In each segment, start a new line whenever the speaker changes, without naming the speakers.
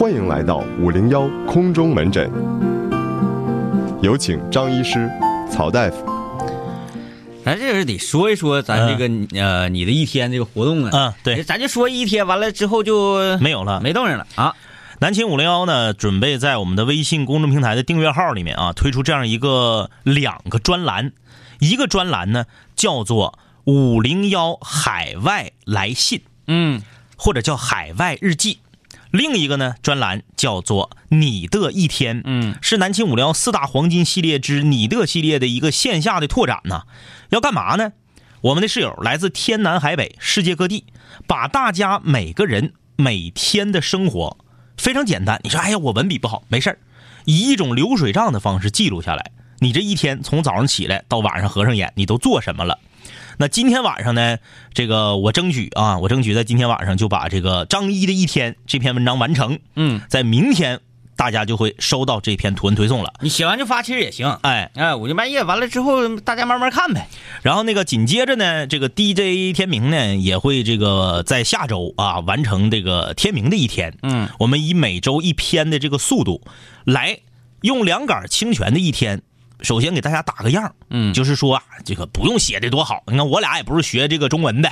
欢迎来到五零幺空中门诊，有请张医师、曹大夫。
咱这是得说一说咱这个、呃你的一天这个活动啊，
嗯对
咱就说一天，完了之后就
没有了
没动静了啊。
南秦五零幺呢，准备在我们的微信公众平台的订阅号里面啊，推出这样一个两个专栏，一个专栏呢叫做“五零幺海外来信
嗯”
或者叫“海外日记”，另一个呢专栏叫做“你的一天”，
嗯，
是南秦五零幺四大黄金系列之“你的”系列的一个线下的拓展呐。要干嘛呢？我们的室友来自天南海北，世界各地，把大家每个人每天的生活非常简单。你说，哎呀，我文笔不好，没事儿，以一种流水账的方式记录下来。你这一天从早上起来到晚上合上眼，你都做什么了？那今天晚上呢？这个我争取啊，我争取在今天晚上就把这个张一的一天这篇文章完成。
嗯，
在明天大家就会收到这篇图文推送了。
你写完就发，其实也行。
哎，
哎，五更半夜完了之后，大家慢慢看呗。
然后那个紧接着呢，这个 DJ 天明呢也会这个在下周啊完成这个天明的一天。
嗯，
我们以每周一篇的这个速度来用两杆清泉的一天。首先给大家打个样儿，
嗯
就是说啊，这个不用写的多好，你看我俩也不是学这个中文的，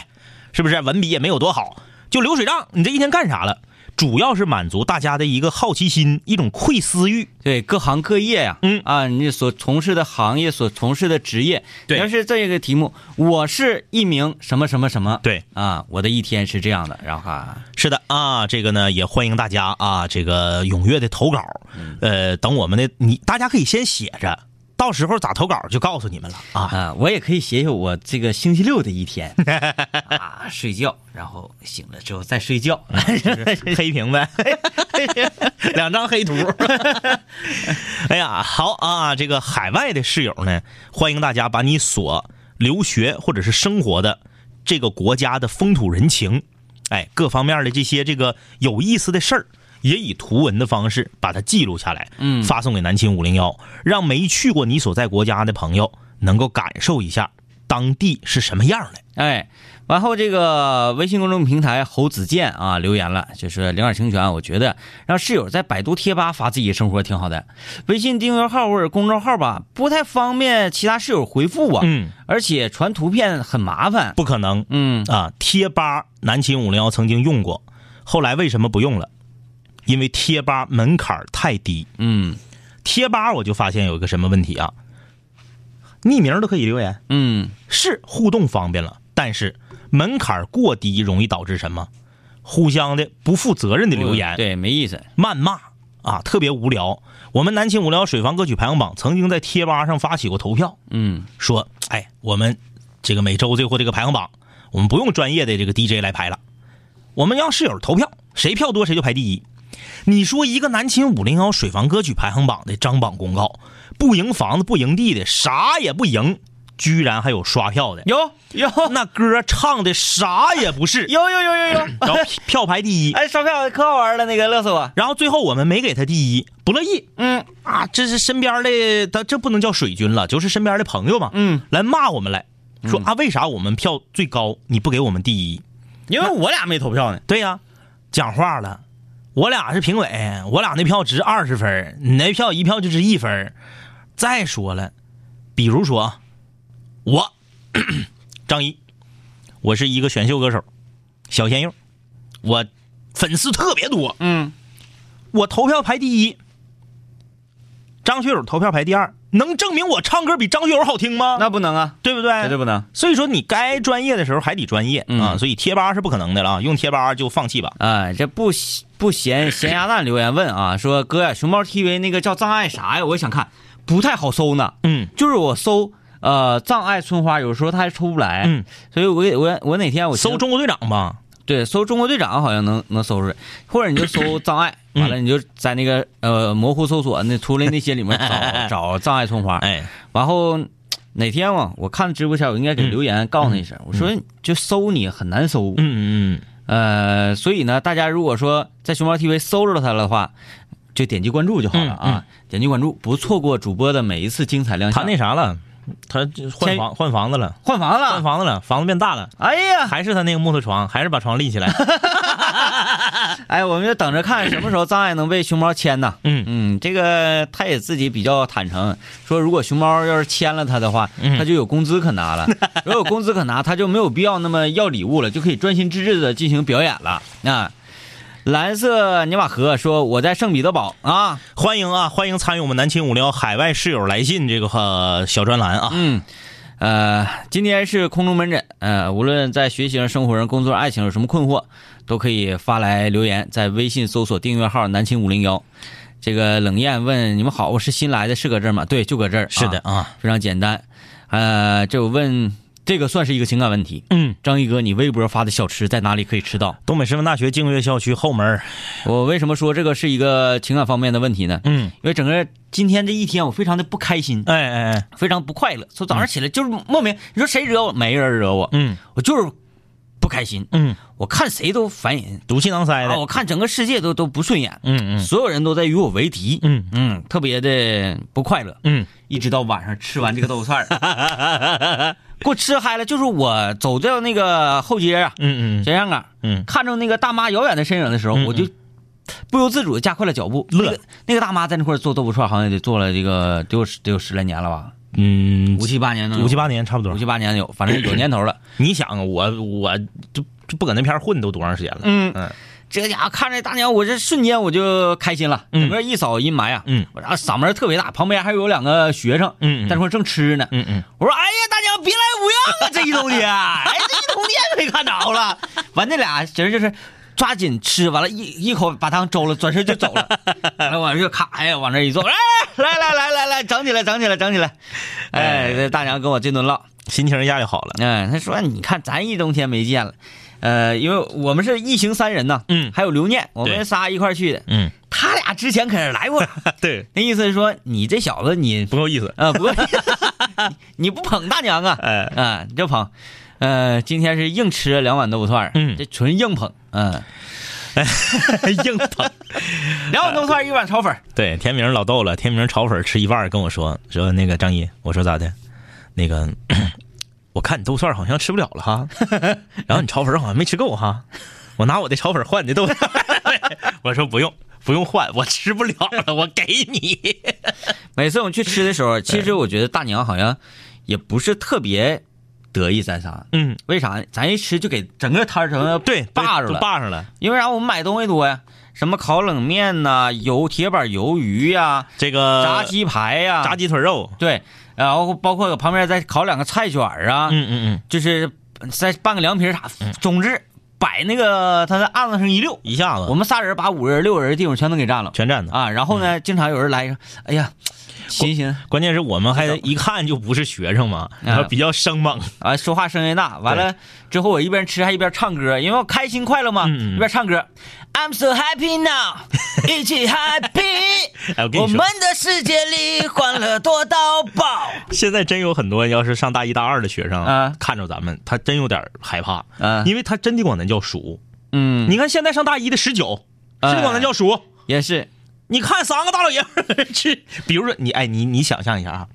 是不是？文笔也没有多好，就流水账。你这一天干啥了？主要是满足大家的一个好奇心，一种窥私欲。
对，各行各业呀、
嗯
啊，你所从事的行业，所从事的职业，
对
要是这个题目，我是一名什么什么什么，
对
啊，我的一天是这样的，然后啊，
是的啊，这个呢也欢迎大家啊，这个踊跃的投稿。呃，等我们的你，大家可以先写着，到时候咋投稿就告诉你们了 啊。
啊，我也可以写写我这个星期六的一 天啊，睡觉，然后醒了之后再睡觉，
啊黑屏呗，两张黑图。哎呀，好啊！这个海外的室友呢，欢迎大家把你所留学或者是生活的这个国家的风土人情，哎，各方面的这些这个有意思的事儿，也以图文的方式把它记录下来，嗯，发送给南秦五零幺，让没去过你所在国家的朋友能够感受一下当地是什么样的。
哎，然后这个微信公众平台侯子健啊留言了，就是两耳清泉，我觉得让室友在百度贴吧发自己的生活挺好的，微信订阅号或者公众号吧不太方便其他室友回复啊，
嗯，
而且传图片很麻烦，
不可能，
嗯，
啊，贴吧南秦五零幺曾经用过，后来为什么不用了？因为贴吧门槛儿太低。
嗯
贴吧我就发现有一个什么问题啊，匿名都可以留言，
嗯，
是互动方便了，但是门槛儿过低容易导致什么？互相的不负责任的留言，
对，没意思，
谩骂啊，特别无聊。我们南秦五零幺水房歌曲排行榜曾经在贴吧上发起过投票，
嗯
说，哎，我们这个每周最后这个排行榜，我们不用专业的这个 DJ 来排了，我们让室友投票，谁票多谁就排第一。你说一个南秦五零幺水房歌曲排行榜的张榜公告，不赢房子不赢地的，啥也不赢，居然还有刷票的，
有有
那歌唱的啥也不 是，
有有有有有，
然后票排第一，
哎，刷票可好玩了，那个乐死我，
然后最后我们没给他第一，不乐意，
嗯
啊，这是身边的，他这不能叫水军了，就是身边的朋友嘛，嗯，来骂我们来说、
嗯
啊，为啥我们票最高，你不给我们第一？
因为我俩没投票呢，
对呀、讲话了，我俩是评委，我俩那票值二十分，你那票一票就值一分。再说了，比如说啊，我咳咳张一，我是一个选秀歌手，小鲜肉，我粉丝特别多，
嗯
我投票排第一，张学友投票排第二，能证明我唱歌比张学友好听吗？
那不能啊，
对不对？
绝对不能。
所以说你该专业的时候还得专业、
嗯
啊，所以贴吧是不可能的了啊，用贴吧就放弃吧。
啊，这不咸不咸咸鸭蛋留言问啊，说哥呀，熊猫 TV 那个叫障碍啥呀？我想看，不太好搜呢。
嗯，
就是我搜呃障碍春花，有时候它还抽不来。
嗯，
所以我给我我哪天我
搜
中
中国队长吧。
对搜中国队长好像能能搜出来，或者你就搜障碍，
嗯
完了你就在那个呃模糊搜索那出来那些里面找 找障碍春花。
哎，
然后哪天嘛，我看直播前我应该给留言告诉你一声，我说就搜你很难搜。
嗯嗯
呃，所以呢，大家如果说在熊猫 TV 搜着它了的话，就点击关注就好了啊，点击关注，不错过主播的每一次精彩亮
嗯嗯，他
相。
那啥了，他换房换房子了，
换房子
换
了，
房子了，房子变大了，
哎呀，
还是他那个木头床，还是把床立起来。
哎，我们就等着看什么时候张爱能被熊猫牵呐。
嗯，
嗯，这个他也自己比较坦诚，说如果熊猫要是签了他的话，
嗯
他就有工资可拿 了。如果有工资可拿，他就没有必要那么要礼物了，就可以专心致志的进行表演了。啊，蓝色尼玛河说我在圣彼得堡啊，
欢迎啊，欢迎参与我们南青五零幺海外室友来信这个、呃小专栏啊。
嗯，呃，今天是空中门诊，呃，无论在学习上、生活上、工作上、爱情上有什么困惑，都可以发来留言，在微信搜索订阅号“南青五零幺”。这个冷艳问：“你们好，我是新来的，是搁这儿吗？”对，就搁这儿。
是的
啊
啊，
非常简单。呃，这我问，这个算是一个情感问题。
嗯，
张一哥，你微博发的小吃在哪里可以吃到？
东北师范大学净月校区后门儿。
我为什么说这个是一个情感方面的问题呢？
嗯，
因为整个今天这一天，我非常的不开心，
哎哎哎，
非常不快乐。从早上起来就是莫名，你说谁惹我？没人惹我，
嗯
我就是不开心。
嗯，
我看谁都烦人
毒气囊塞
啊！
的。
我看整个世界都都不顺眼，
嗯嗯
所有人都在与我为敌。
嗯
嗯，特别的不快乐。
嗯，
一直到晚上吃完这个豆腐串儿， 给我吃嗨了。就是我走到那个后街啊，
嗯嗯
小巷啊，
嗯
看着那个大妈遥远的身影的时候，
嗯嗯
我就不由自主地加快了脚步。
乐
那个那个大妈在那块儿做豆腐串儿，好像也得做了这个得有十得有十来年了吧，
嗯
五七八年能
五七八年差不多
五。七八年有，反正有年头了。
你想啊，我我就就不搁那片儿混都多长时间了？
嗯
嗯，
这家伙看着大娘，我这瞬间我就开心了，
嗯
整个一扫阴霾啊！
嗯
我然后嗓门特别大，旁边还有两个学生，
嗯嗯
在那块儿正吃呢。
嗯嗯
我说：“哎呀，大娘别来无恙啊，这一冬天，哎，这一冬天没看着了。”完，那俩人就是抓紧吃，完了一一口把汤粥了，转身就走了。完了，我就咔，哎呀，往那一坐，哎，来来来来来，整起来，整起来，整起来。哎，这大娘跟我这顿唠，
心情一下就好了。
嗯，他说：“你看，咱一冬天没见了，呃，因为我们是一行三人呐，
嗯
还有刘念，我
对
们仨一块儿去的。
嗯，
他俩之前可是来 过了，
对，
那意思是说你这小子你
不够意思。
啊，不过 你不捧大娘啊，
哎，
啊，你就捧。”呃，今天是硬吃了两碗豆腐串儿
嗯
这纯硬捧，嗯，
硬疼。
两碗豆腐串儿一碗炒粉儿，
对，天明老逗了，天明炒粉吃一半儿跟我说说那个张一，我说咋的？那个 我看你豆串儿好像吃不了了哈， 然后你炒粉儿好像没吃够哈，我拿我的炒粉儿换你的豆串儿， 我说不用。不用换，我吃不了了，我给你。
每次我们去吃的时候，其实我觉得大娘好像也不是特别得意咱仨，
嗯，
为啥？咱一吃就给整个摊儿成
对，
霸着
都
了，
霸上了。
因为啥？我们买东西多呀，什么烤冷面呐、油铁板鱿鱼呀、
这个
呃炸鸡啊排呀、
炸鸡腿肉，
对，然后包括旁边再烤两个菜卷儿啊，
嗯嗯嗯，
就是再拌个凉皮儿啥，总之摆那个他在案子上一溜，
一下子
我们仨人把五人六人的地方全都给占了
全占的。
啊。然后呢，
嗯
经常有人来，哎呀，寻寻
关键是我们还一看就不是学生嘛，然后比较生猛。
啊，说话声音大。完了之后，我一边吃还一边唱歌，因为我开心快乐嘛，
嗯嗯
一边唱歌。I'm so happy now，一起 happy。
哎，我跟
我
你
们
说，
的世界里欢乐多到 爆。
现在真有很多要是上大一大二的学生、
啊
看着咱们，他真有点害怕，
啊
因为他真的管咱叫叔。
嗯，啊
你看现在上大一的十九，真的管咱叫叔。
也是，
你看三个大老爷们儿 去，比如说你，哎，你你想象一下啊，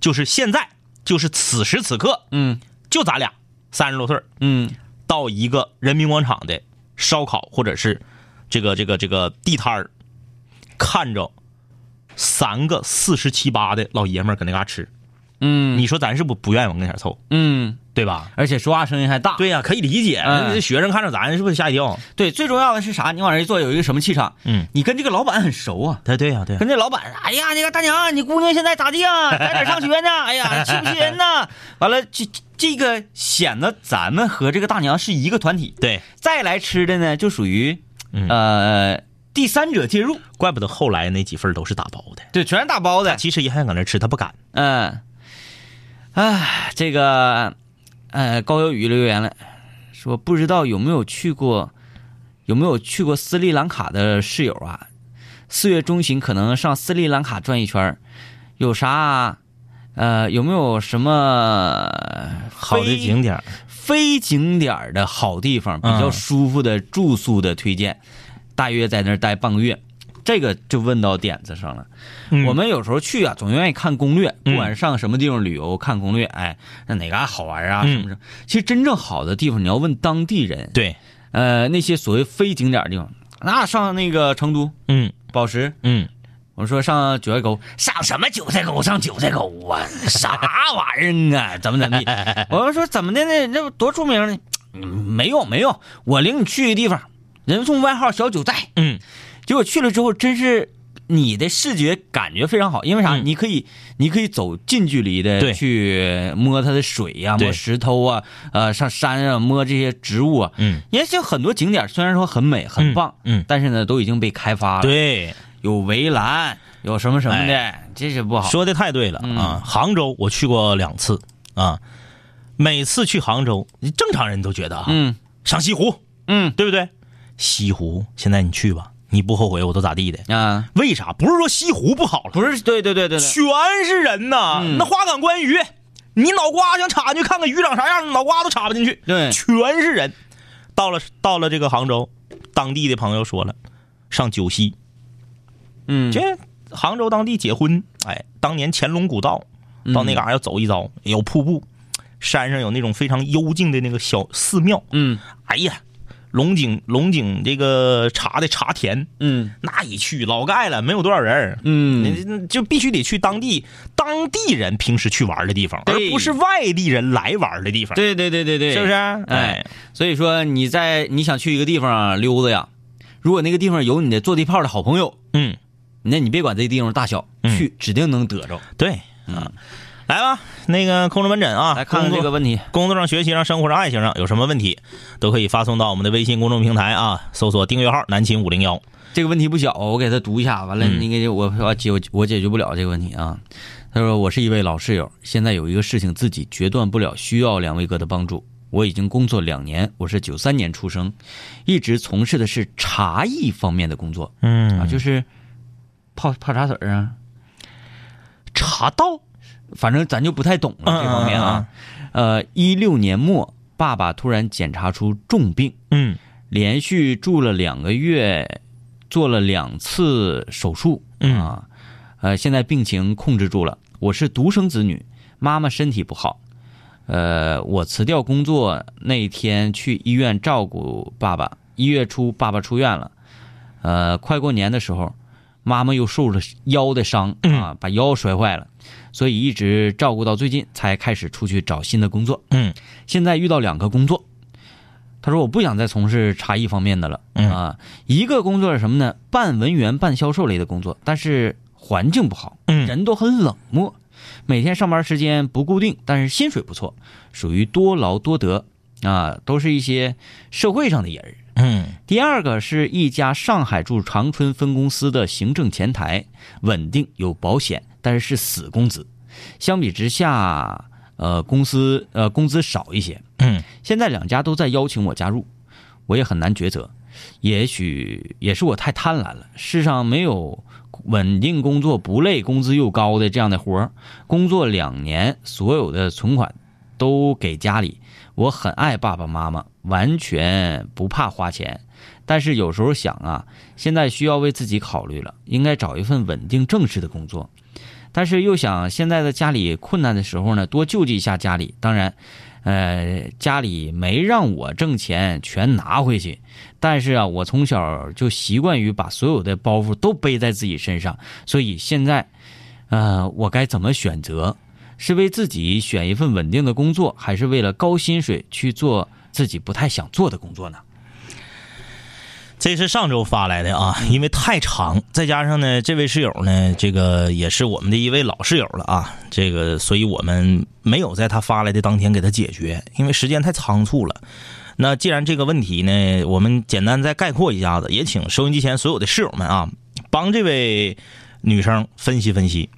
就是现在，就是此时此刻，
嗯
就咱俩三十多岁儿
嗯
到一个人民广场的烧烤或者是这个这个这个地摊儿，看着三个四十七八的老爷们儿搁那嘎吃，
嗯
你说咱是不不愿意往跟前凑，
嗯，
对吧？
而且说话声音还大。
对呀、可以理解。
嗯
这学生看着咱是不是吓一跳？
对最重要的是啥？你往这一坐，有一个什么气场？
嗯，
你跟这个老板很熟啊。
对对呀、对、
跟这老板，哎呀，那个大娘，你姑娘现在咋地啊？在哪儿上学呢？哎呀，气不气人呢？完了，这这这个显得咱们和这个大娘是一个团体。
对，
再来吃的呢，就属于
嗯
呃第三者介入，
怪不得后来那几份都是打包的。
对，全是打包的。
其实也想搁那吃，他不敢。
嗯，哎，这个，呃，高有宇留言了，说不知道有没有去过，有没有去过斯里兰卡的室友啊？四月中旬可能上斯里兰卡转一圈儿，有啥？呃，有没有什么
好的
非
景点儿，
非景点儿的好地方，比较
嗯
舒服的住宿的推荐？大约在那儿待半个月，这个就问到点子上了。
嗯
我们有时候去啊，总愿意看攻略，不
嗯
管上什么地方旅游，看攻略，哎，那哪嘎好玩啊，
嗯
什么什么。其实真正好的地方，你要问当地人，
对，
呃，那些所谓非景点儿地方，那上那个成都
嗯
宝石，
嗯，
我说上九寨沟，上什么九寨沟？上九寨沟啊？啥玩意儿啊？怎 么怎么 地？我说怎么的呢？这多出名呢？嗯没用没用，我领你去的地方，人送外号小九寨。
嗯，
结果去了之后，真是你的视觉感觉非常好，因为啥？
嗯
你可以你可以走近距离
对
的去摸它的水呀、
对
摸石头啊，呃，上山啊，摸这些植物啊。
嗯，
也是很多景点虽然说很美很棒，
嗯，
但是呢都已经被开发了。
对，哎
有围栏，有什么什么的，这是不好。
说的太对了啊！杭州我去过两次啊，每次去杭州，正常人都觉得啊，
嗯
赏西湖，
嗯
对不对？西湖现在你去吧，你不后悔我都咋地的？
啊，
为啥？不是说西湖不好了，
不是，对对对对对，
全是人呐！
嗯
那花港观鱼，你脑瓜想插进去看看鱼长啥样，脑瓜都插不进去，
对
全是人。到了到了这个杭州，当地的朋友说了，上九溪，
嗯
这杭州当地结婚，哎，当年乾隆古道
嗯
到那嘎要走一遭，有瀑布，山上有那种非常幽静的那个小寺庙，
嗯
哎呀，龙井龙井这个茶的茶田，
嗯
那一去老盖了，没有多少人儿。
嗯，
你你就必须得去当地当地人平时去玩的地方，而
对
不是外地人来玩的地方，
对对对对对，
是不是？？哎，
所以说你在你想去一个地方啊溜达呀，如果那个地方有你的坐地炮的好朋友，
嗯，
那你别管这地方大小，
嗯
去指定能得着。
对，嗯，来吧，那个空中门诊啊，
来看看这
工
个
作
问题，
工作上、学习上、生活上、爱情上有什么问题，都可以发送到我们的微信公众平台啊，搜索订阅号“南秦五零幺
这个问题不小，我给他读一下，完了
嗯
那个我我解我解决不了这个问题啊。他说我是一位老室友，现在有一个事情自己决断不了，需要两位哥的帮助。我已经工作两年，我是九三年出生，一直从事的是茶艺方面的工作”。啊，
嗯，
就是泡泡茶水儿啊，
茶道，
反正咱就不太懂了
嗯
这方面啊。呃，一六年末，爸爸突然检查出重病，
嗯
连续住了两个月，做了两次手术
嗯
啊，呃，现在病情控制住了。我是独生子女，妈妈身体不好，呃，我辞掉工作那一天去医院照顾爸爸。一月初，爸爸出院了，呃，快过年的时候，妈妈又受了腰的伤啊，把腰摔坏了，所以一直照顾到最近才开始出去找新的工作。
嗯，
现在遇到两个工作，他说我不想再从事茶艺方面的了、
嗯
啊。一个工作是什么呢？半文员、半销售类的工作，但是环境不好，
嗯
人都很冷漠，每天上班时间不固定，但是薪水不错，属于多劳多得啊，都是一些社会上的人儿。
嗯
第二个是一家上海驻长春分公司的行政前台，稳定有保险，但是是死工资。相比之下，呃，公司呃工资少一些。
嗯
现在两家都在邀请我加入，我也很难抉择。也许也是我太贪婪了，世上没有稳定工作不累、工资又高的这样的活儿。工作两年，所有的存款都给家里。我很爱爸爸妈妈，完全不怕花钱。但是有时候想啊，现在需要为自己考虑了，应该找一份稳定正式的工作。但是又想现在的家里困难的时候呢，多救济一下家里。当然，呃，家里没让我挣钱全拿回去，但是啊，我从小就习惯于把所有的包袱都背在自己身上，所以现在，呃，我该怎么选择？是为自己选一份稳定的工作，还是为了高薪水去做自己不太想做的工作呢？
这是上周发来的啊，因为太长，再加上呢，这位室友呢，这个也是我们的一位老室友了啊，这个，所以我们没有在他发来的当天给他解决，因为时间太仓促了。那既然这个问题呢，我们简单再概括一下子，也请收音机前所有的室友们啊，帮这位女生分析分析。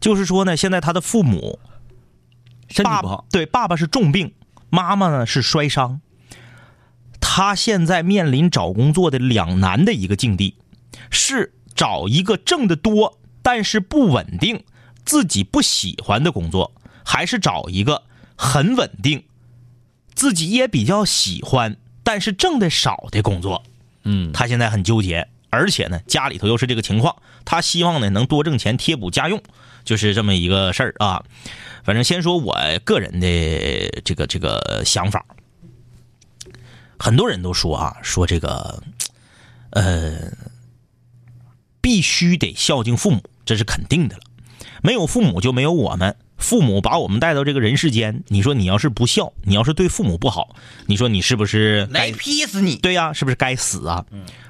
就是说呢，现在她的父母
身体
爸
不好，
对，爸爸是重病，妈妈呢是摔伤。他现在面临找工作的两难的一个境地，是找一个挣得多但是不稳定、自己不喜欢的工作，还是找一个很稳定、自己也比较喜欢但是挣得少的工作。
嗯
他现在很纠结而且呢，家里头又是这个情况，他希望呢能多挣钱贴补家用，就是这么一个事儿啊。反正先说我个人的这个这个想法，很多人都说啊，说这个，呃，必须得孝敬父母，这是肯定的了。没有父母就没有我们，父母把我们带到这个人世间，你说你要是不孝，你要是对父母不好，你说你是不是该
来劈死你！
对呀、是不是该死啊？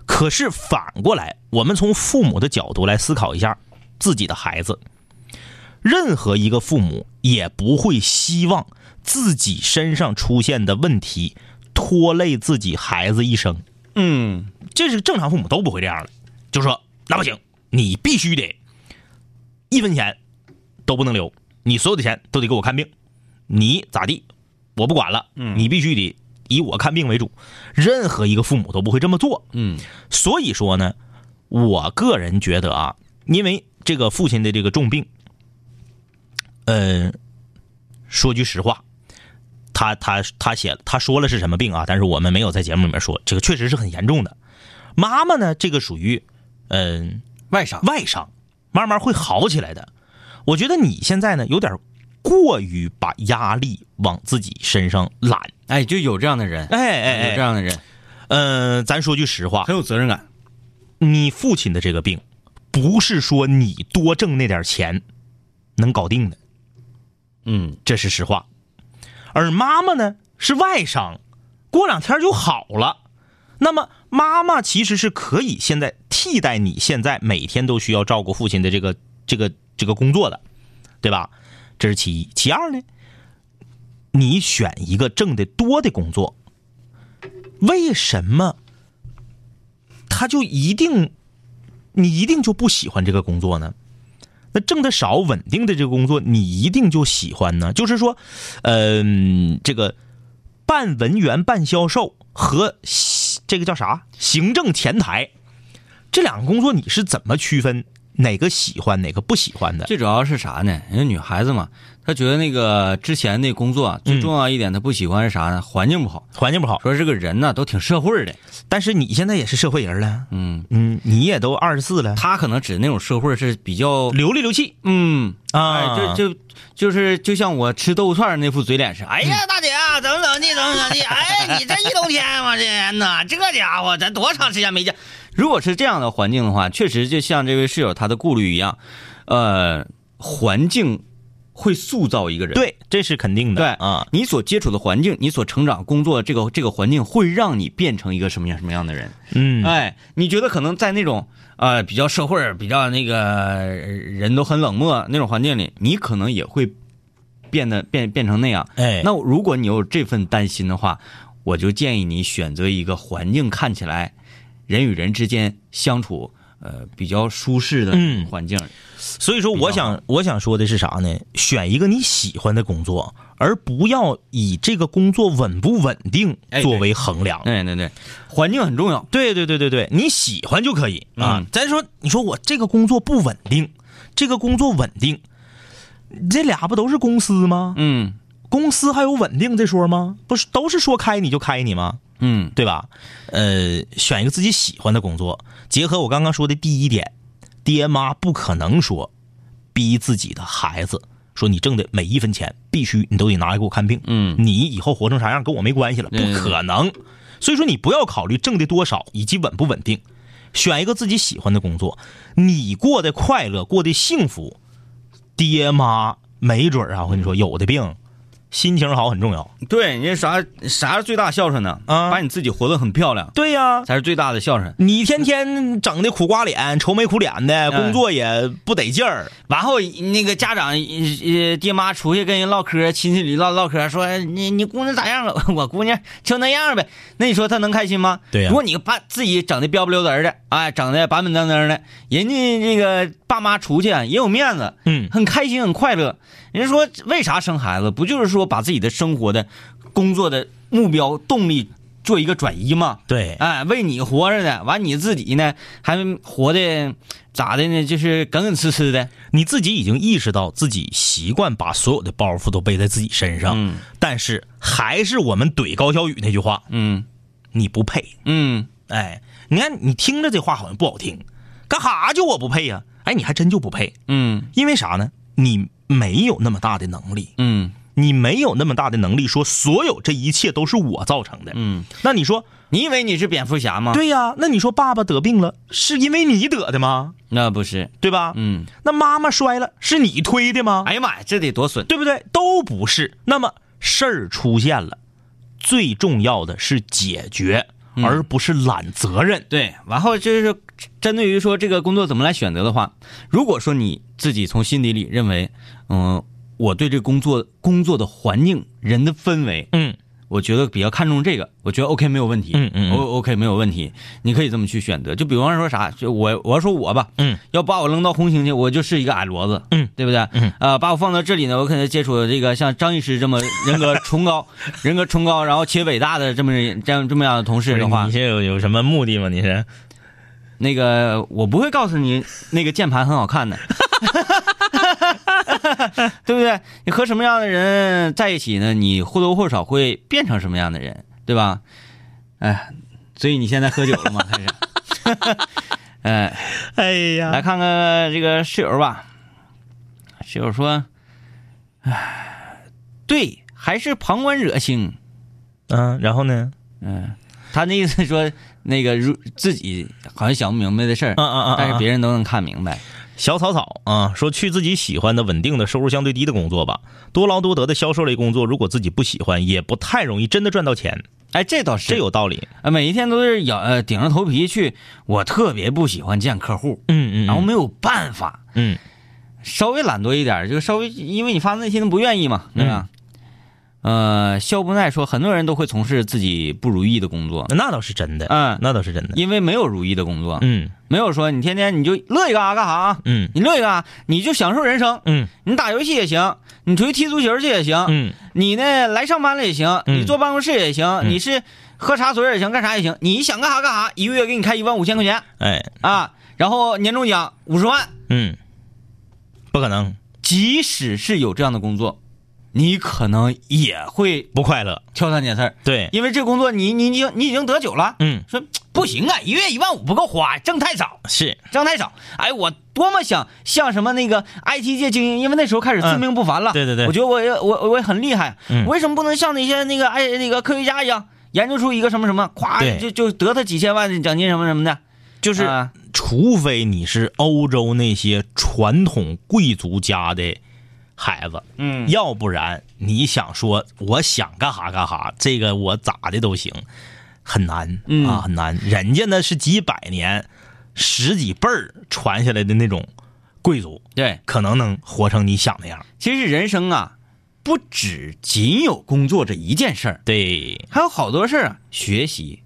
可是反过来，我们从父母的角度来思考一下自己的孩子，任何一个父母也不会希望自己身上出现的问题拖累自己孩子一生，
嗯，
这是正常父母都不会这样的。就说那不行，你必须得一分钱都不能留，你所有的钱都得给我看病，你咋地我不管了，你必须得以我看病为主。任何一个父母都不会这么做，
嗯，
所以说呢，我个人觉得啊，因为这个父亲的这个重病，呃，说句实话，他他他写他说了是什么病啊，但是我们没有在节目里面说，这个确实是很严重的。妈妈呢，这个属于嗯、
外伤。
外伤，慢慢会好起来的。我觉得你现在呢，有点过于把压力往自己身上揽。
哎，就有这样的人，
哎哎
有这
哎，
样的人
嗯、咱说句实话，
很有责任感。
你父亲的这个病，不是说你多挣那点钱能搞定的，
嗯，
这是实话。而妈妈呢是外伤，过两天就好了。那么妈妈其实是可以现在替代你现在每天都需要照顾父亲的这个这个这个工作的，对吧？这是其一。其二呢，你选一个挣得多的工作，为什么他就一定你一定就不喜欢这个工作呢？那挣得少、稳定的这个工作，你一定就喜欢呢？就是说，嗯、这个半文员、半销售和西这个叫啥行政前台这两个工作，你是怎么区分哪个喜欢、哪个不喜欢的？
最主要是啥呢？人家女孩子嘛，她觉得那个之前那工作啊最重要一点，她不喜欢是啥呢？环境不好，
环境不好，
说这个人呢都挺社会的。
但是你现在也是社会人了，
嗯，
嗯，你也都二十四了，
她可能指那种社会是比较，
流里流气
嗯，
啊，
哎，就就就是就像我吃豆腐串儿那副嘴脸是，哎呀，大姐啊，怎么怎么地，怎么怎么地，哎，你这一冬天，我这人呐，这家伙，咱多长时间没见？如果是这样的环境的话，确实就像这位室友他的顾虑一样，呃，环境会塑造一个人。
对，这是肯定的，
对
啊，
你所接触的环境，你所成长、工作这个这个环境，会让你变成一个什么样什么样的人？
嗯，
哎，你觉得可能在那种呃比较社会、比较那个呃人都很冷漠那种环境里，你可能也会变得变变成那样。
哎，
那如果你有这份担心的话，我就建议你选择一个环境看起来人与人之间相处呃比较舒适的
嗯
环境。
所以说，我想我想说的是啥呢？选一个你喜欢的工作，而不要以这个工作稳不稳定
哎对
作为衡量。
哎，对对，环境很重要。
对对对对对，你喜欢就可以啊
嗯。
咱说，你说我这个工作不稳定，这个工作稳定，这俩不都是公司吗？
嗯
公司还有稳定这说吗？不是都是说开你就开你吗？
嗯
对吧？呃，选一个自己喜欢的工作，结合我刚刚说的第一点，爹妈不可能说逼自己的孩子说你挣的每一分钱必须你都得拿来给我看病，
嗯，
你以后活成啥样跟我没关系了，不
对对对
可能。所以说你不要考虑挣的多少以及稳不稳定，选一个自己喜欢的工作，你过得快乐，过得幸福，爹妈没准儿啊，我跟你说，有的病，心情好很重要。
对，人家啥啥是最大孝顺呢？
啊
把你自己活得很漂亮，
对呀、
才是最大的孝顺。
你天天整的苦瓜脸、愁眉苦脸的，
嗯
工作也不得劲儿。
然后那个家长呃爹妈出去跟人唠嗑，亲戚里唠唠嗑，说哎你你姑娘咋样了？ 我姑娘就那样呗。那你说他能开心吗？
对呀
如果你把自己整的标不溜登儿的，哎，整的板板正正的，人家那个爸妈出去啊也有面子，
嗯，
很开心很快乐。人家说为啥生孩子？不就是说把自己的生活的、工作的目标动力做一个转移吗？
对，
哎，为你活着呢，完你自己呢还活的咋的呢？就是耿耿呲呲的。
你自己已经意识到自己习惯把所有的包袱都背在自己身上，
嗯
但是还是我们怼高小雨那句话，
嗯
你不配。
嗯
哎，你看你听着这话好像不好听，干哈就我不配呀、哎，你还真就不配，
嗯
因为啥呢？你没有那么大的能力，
嗯
你没有那么大的能力说所有这一切都是我造成的。
嗯，
那你说，
你以为你是蝙蝠侠吗？，
对呀，那你说爸爸得病了是因为你得的吗？
那不是。
对吧？
嗯，
那妈妈摔了是你推的吗？
哎呀妈呀，这得多损！
对不对？都不是。那么事儿出现了，最重要的是解决，而不是揽责任。
对，然后就是针对于说这个工作怎么来选择的话，如果说你自己从心底里认为，嗯、我对这工作工作的环境、人的氛围，
嗯
我觉得比较看重这个，我觉得 OK 没有问题，
嗯嗯嗯
o OK 没有问题，你可以这么去选择。就比方说啥，就我我要说我吧，
嗯，
要把我扔到红星去，我就是一个矮骡子，
嗯，
对不对？
嗯，
呃，把我放到这里呢，我可能接触这个像张医师这么人格崇高、 人格崇高，然后且伟大的这么人这样这么样的同事的话，
是有有什么目的吗？你是
那个我不会告诉你那个键盘很好看的， 对不对？你和什么样的人在一起呢？你或多或少会变成什么样的人，对吧？哎，所以你现在喝酒了吗？开始，哎，
哎呀，
来看看这个室友吧。室友说：“哎，对，还是旁观者清。
嗯、然后呢？
他那意思说，那个如自己好像想不明白的事儿，
啊啊啊啊
但是别人都能看明白。
小草草啊，说去自己喜欢的、稳定的、收入相对低的工作吧。多劳多得的销售类工作，如果自己不喜欢，也不太容易真的赚到钱。
哎，这倒是
这有道理。
啊，每一天都是咬呃顶着头皮去。我特别不喜欢见客户，
嗯
然后没有办法，
嗯
稍微懒惰一点儿，就稍微因为你发自内心的不愿意嘛，对吧？
嗯
呃，肖不耐说，很多人都会从事自己不如意的工作，
那倒是真的。
嗯
那倒是真的。
因为没有如意的工作，
嗯
没有说你天天你就乐意干啥干啥啊，
嗯
你乐意干啥你就享受人生，
嗯
你打游戏也行，你出去踢足球去也行，
嗯
你呢来上班了也行，
嗯
你坐办公室也行，
嗯
你是喝茶水也行，干啥也行，你想干啥干啥，一个月给你开一万五千块钱。
哎
啊，然后年终奖五十万。
嗯，不可能
即使是有这样的工作，你可能也会
不快乐。
挑三拣四儿，
对，
因为这工作你你已经你已经得久了，
嗯
说不行啊，一月一万五不够花，挣太少，
是。
挣太少。哎，我多么想像什么那个 IT 界精英，因为那时候开始自命不凡了，
嗯对对对
我觉得我也我我也很厉害，
嗯
我为什么不能像那些那个哎那个科学家一样？研究出一个什么什么，咵
对
就就得他几千万的奖金什么什么的，
就是，
啊
除非你是欧洲那些传统贵族家的孩子，
嗯，
要不然你想说我想干哈干哈，这个我咋的都行，很难、
嗯
啊，很难。人家那是几百年、十几辈儿传下来的那种贵族，
对，
可能能活成你想那样。
其实人生啊，不只仅有工作这一件事儿，
对，
还有好多事儿啊，学习、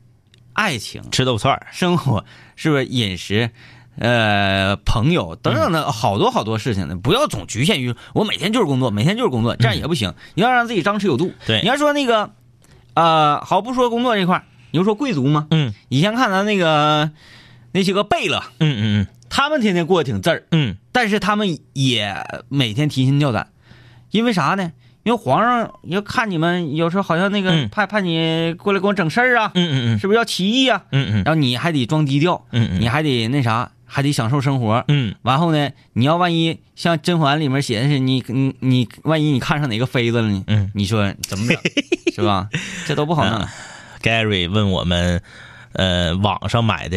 爱情、
吃豆串儿，
生活，是不是饮食？呃，朋友等等的好多好多事情呢，不要总局限于我每天就是工作，每天就是工作，这样也不行。你要让自己张弛有度。
对
你要说那个，呃，好不说工作这块儿，你就说贵族嘛，
嗯
以前看咱那个那些个贝勒，
嗯嗯
他们天天过得挺滋儿，
嗯
但是他们也每天提心吊胆，因为啥呢？因为皇上要看你们有时候好像那个
嗯
怕、怕你过来给我整事儿啊，
嗯嗯嗯
是不是要起义啊？
嗯嗯
然后你还得装低调，
嗯
你
嗯
还得那啥，还得享受生活。
嗯
完后呢，你要万一像《甄嬛》里面写的是你你你，万一你看上哪个妃子了呢？
嗯
你说怎 么整是吧？这都不好弄。
Gary 问我们，呃，网上买的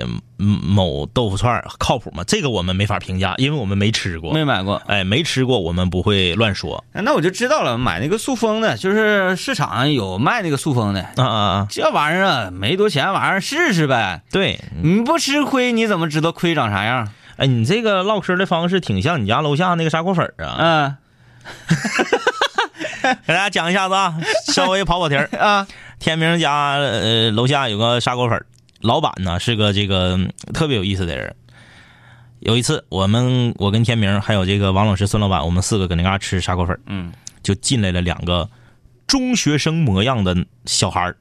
嗯某豆腐串儿靠谱吗？这个我们没法评价，因为我们没吃过。
没买过，
哎，没吃过，我们不会乱说。
那我就知道了。买那个塑封的，就是市场上有卖那个塑封的，
啊啊啊！
这玩意儿啊，没多钱玩意儿，试试呗。
对，
你不吃亏，你怎么知道亏长啥样？
哎，你这个唠嗑的方式挺像你家楼下那个砂锅粉儿啊。
嗯
给大家讲一下子啊，稍微跑跑题儿。
啊，
天明家呃楼下有个砂锅粉儿，老板呢是个这个嗯特别有意思的人。有一次，我们我跟天明还有这个王老师、孙老板，我们四个搁那嘎吃砂锅粉儿
嗯
就进来了两个中学生模样的小孩儿，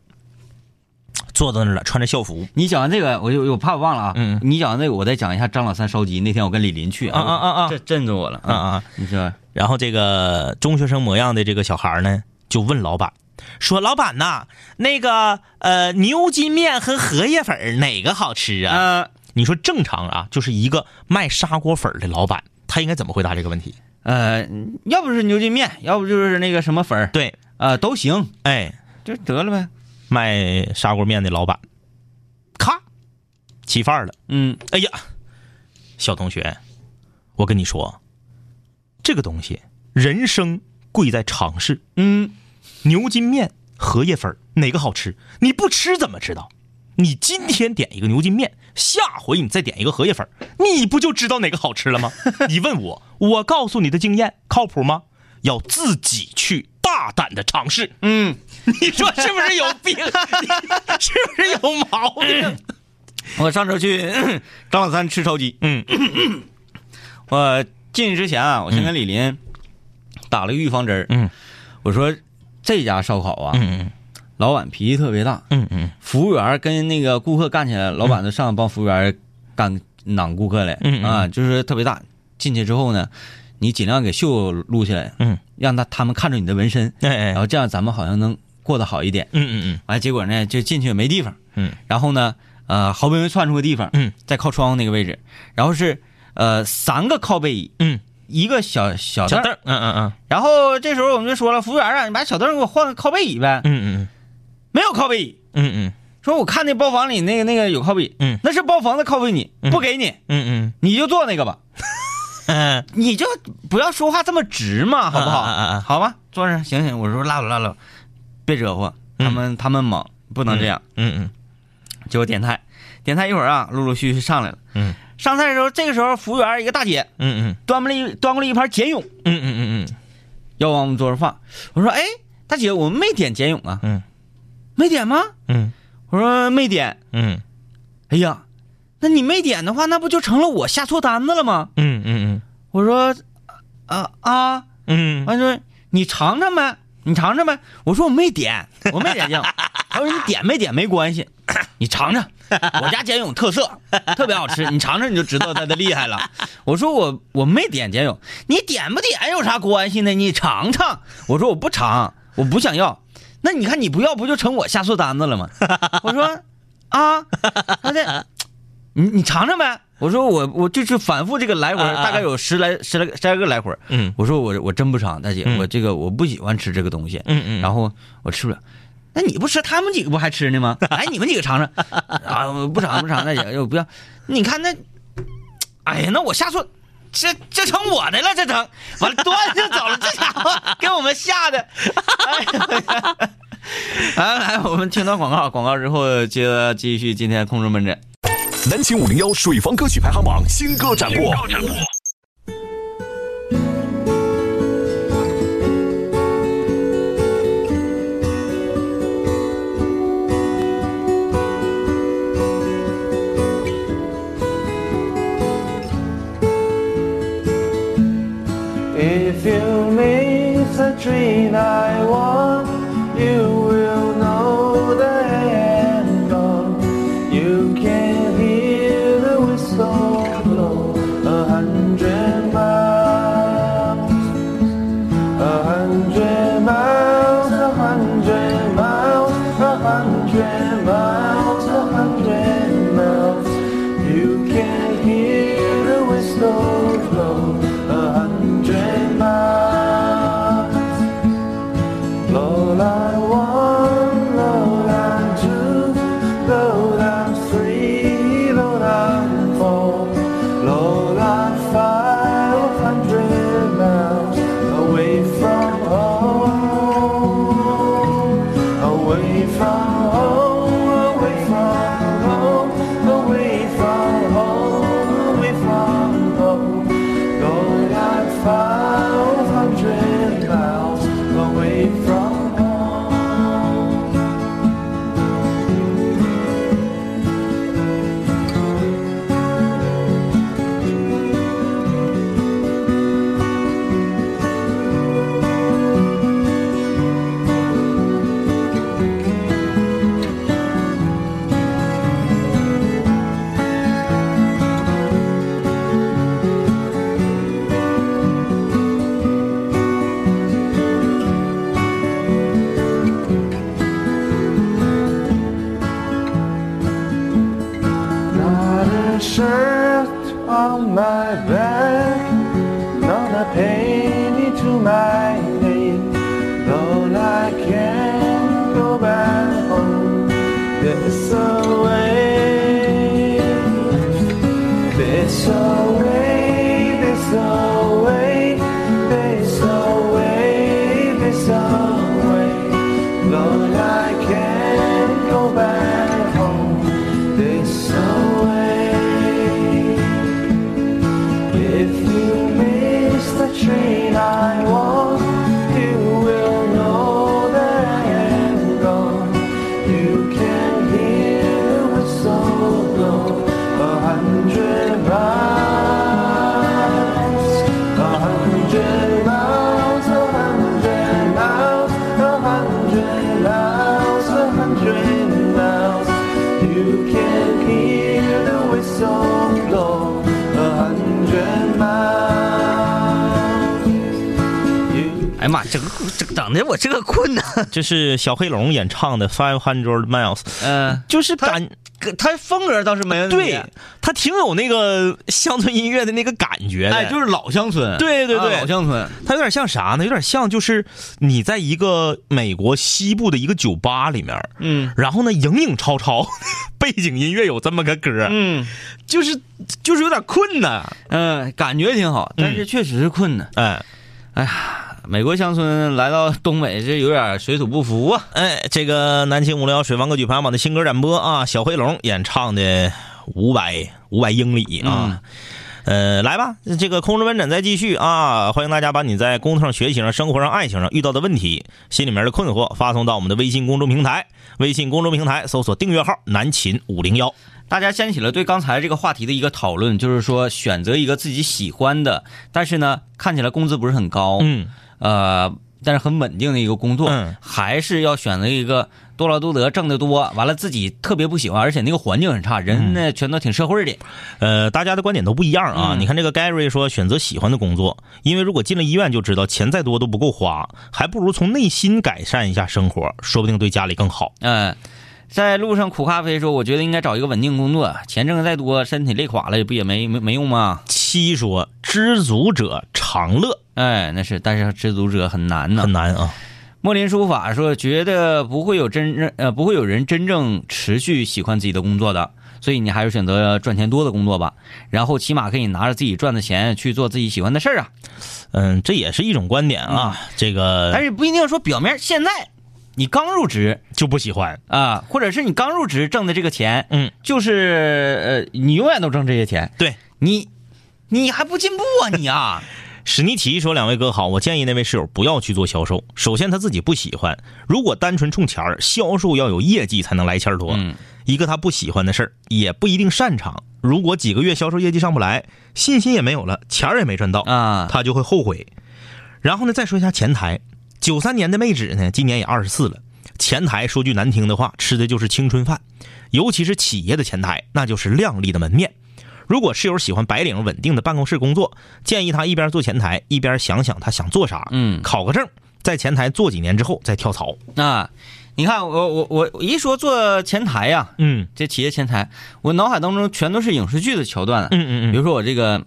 坐到那儿了，穿着校服。
你讲完这个，我就我怕我忘了啊。
嗯
你讲完这个，我再讲一下张老三烧鸡。那天我跟李林去
啊啊啊啊
这震着我了嗯
啊！啊！
你说，
然后这个中学生模样的这个小孩儿呢，就问老板说老板呐，那个呃牛筋面和荷叶粉儿哪个好吃啊？
呃
你说正常啊，就是一个卖砂锅粉儿的老板，他应该怎么回答这个问题？
呃，要不是牛筋面，要不就是那个什么粉儿，
对，
呃，都行，
哎，
就得了呗。
卖砂锅面的老板，咔，起范儿了。
嗯，
哎呀，小同学，我跟你说，这个东西，人生贵在尝试。
嗯，
牛筋面、荷叶粉儿哪个好吃？你不吃怎么知道？你今天点一个牛筋面，下回你再点一个荷叶粉儿，你不就知道哪个好吃了 吗？你问我，我告诉你的经验靠谱吗？要自己去大胆的尝 试。
嗯，
你说是不是有病？ 你是不是有毛病？
我上周去 张老三吃烧鸡，
嗯，
我进去之前啊，我先跟李林打了个预防针儿
嗯
我说这家烧烤啊，
嗯
老板脾气特别大，
嗯嗯
服务员跟那个顾客干起来，老板都上帮服务员干攮顾客来，
嗯嗯
啊，就是特别大。进去之后呢，你尽量给袖撸起来，
嗯，
让他他们看着你的纹身，
哎哎
然后这样咱们好像能过得好一点。
嗯嗯嗯
完，结果呢就进去也没地方，
嗯，
然后呢，呃，好不容易窜出个地方，
嗯，
在靠窗户那个位置，然后是呃三个靠背椅，
嗯，
一个小小凳
小
儿，
凳儿，嗯嗯嗯
然后这时候我们就说了，服务员啊，你把小凳儿给我换个靠背椅呗，
嗯嗯
没有靠背椅，
嗯
说我看那包房里那个那个有靠背椅，
嗯
那是包房的靠背你，
嗯
不给你，
嗯
你就坐那个吧，
嗯
你就不要说话这么直嘛，好不好？
啊啊啊啊
好吧，坐上，行行，我说拉倒拉倒，别惹祸，他们、他们猛，不能这样。
嗯
结果点菜，点菜一会儿啊，陆陆续续上来了。
嗯，
上菜的时候，这个时候服务员一个大姐
嗯嗯
端过来一端过来一盘碱涌，
嗯嗯嗯
要往我们桌上放。我说：“哎，大姐，我们没点碱涌啊，
嗯
没点吗
嗯？”
我说：“没点。
嗯”
哎呀，那你没点的话，那不就成了我下错单子了吗？
嗯嗯
我说：“啊啊。”
嗯
他说：“你尝尝呗，你尝尝呗。”我说：“我没点，我没点 酱。”他说：“你点没点没关系， 你尝尝，我家简勇特色，特别好吃，你尝尝你就知道它的厉害 了。”我说我：“我没点简勇，你点不点有啥关系呢？你尝尝。”我说：“我不尝，我不想要。”那你看你不要，不就成我下错单子了 吗？我说：“啊，他这，你你尝尝呗。”我说我我就是反复这个来回，
啊啊啊
大概有十来十来十来个来回，
嗯
我说我我真不尝，大姐，
嗯
我这个我不喜欢吃这个东西，
嗯嗯，
然后我吃不了。那你不吃，他们几个不还吃呢 吗？哎，你们几个尝尝啊！我不尝不尝，大姐，我哎不要。你看那，哎呀，那我下错，这这成我的了，这成完了端就走了，这家伙给我们吓的。哎呀，来来，我们听到广告，广告之后接着继续今天的空中门诊。
南秦五零幺水房歌曲排行榜新歌展播。
If you miss a dream I want, you will know the end gone. You can hear the whistle blow a hundred miles, a hundred miles, a hundred miles, a hundred miles, a hundred miles. You can hear the whistle blow a hundred miles. Lola one, Lola two, Lola three, Lola four, Lola five hundred miles away from home, away from home, away from home, away from home, away from home. Lola er my back, not a penny to my name. Though I can't go back home, there's a way. There's a way, there's a way, there's a way, there's a way. Lord, I can't go back home. There's a way. If you miss the train I walk, you will know that I am gone. You can hear the whistle blow a hundred miles, a hundred miles, a hundred miles, a hundred miles, a hundred miles. You can hear the whistle blow a hundred miles. You
哎呀妈，这个
这整的我这个困呐，
这是小黑龙演唱的《Five Hundred Miles》，
呃，
就是感
他风格倒是没问题，啊
对他嗯挺有那个乡村音乐的那个感觉的，
哎，就是老乡村，
对对对
啊老乡村，
它有点像啥呢？有点像就是你在一个美国西部的一个酒吧里面，
嗯
然后呢，影影绰绰， 背景音乐有这么个歌，
嗯
就是就是有点困难。
嗯，感觉挺好，但是确实是困难。
哎
美国乡村来到东北，这有点水土不服啊。
哎，这个南青无聊水房歌曲排行榜的新歌展播啊，小黑龙演唱的《五百五百英里》啊。呃，来吧，这个空中门诊再继续啊！欢迎大家把你在工作上、学习上、生活上、爱情上遇到的问题、心里面的困惑发送到我们的微信公众平台。微信公众平台搜索订阅号“南秦五零幺
大家掀起了对刚才这个话题的一个讨论，就是说选择一个自己喜欢的，但是呢，看起来工资不是很高”。，
嗯，
呃，但是很稳定的一个工作，
嗯
还是要选择一个多劳多得、挣得多，完了自己特别不喜欢，而且那个环境很差，人呢全都挺社会的。
呃，大家的观点都不一样啊。
嗯
你看这个 Gary 说选择喜欢的工作，因为如果进了医院就知道钱再多都不够花，还不如从内心改善一下生活，说不定对家里更好。
嗯、在路上苦咖啡说，我觉得应该找一个稳定工作，钱挣的再多，身体累垮了也不也没没没用吗？
七说知足者常乐，
哎，那是，但是知足者很难呢
很。难啊。
莫林书法说，觉得不会有真正呃，不会有人真正持续喜欢自己的工作的，所以你还是选择赚钱多的工作吧，然后起码可以拿着自己赚的钱去做自己喜欢的事儿啊。
嗯，这也是一种观点啊。这
但
个
是不一定说表面现在你刚入职
就不喜欢。
啊、或者是你刚入职挣的这个钱，
嗯，
就是呃，你永远都挣这些钱，
对，
你你还不进步啊你 啊！
史尼奇说：“两位哥好，我建议那位室友不要去做销售。首先他自己不喜欢，如果单纯冲钱儿，销售要有业绩才能来钱儿多。
嗯
一个他不喜欢的事儿，也不一定擅长。如果几个月销售业绩上不来，信心也没有了，钱儿也没赚到
啊
他就会后悔。然后呢，再说一下前台，九三年的妹纸呢，今年也二十四了。前台说句难听的话，吃的就是青春饭，尤其是企业的前台，那就是亮丽的门面。如果室友喜欢白领稳定的办公室工作，建议他一边做前台，一边想想他想做啥，
嗯
考个证，在前台做几年之后再跳槽。
啊，你看我我我我一说做前台呀、
嗯
这企业前台，我脑海当中全都是影视剧的桥段了。啊
嗯嗯
比
嗯，
如说我这个，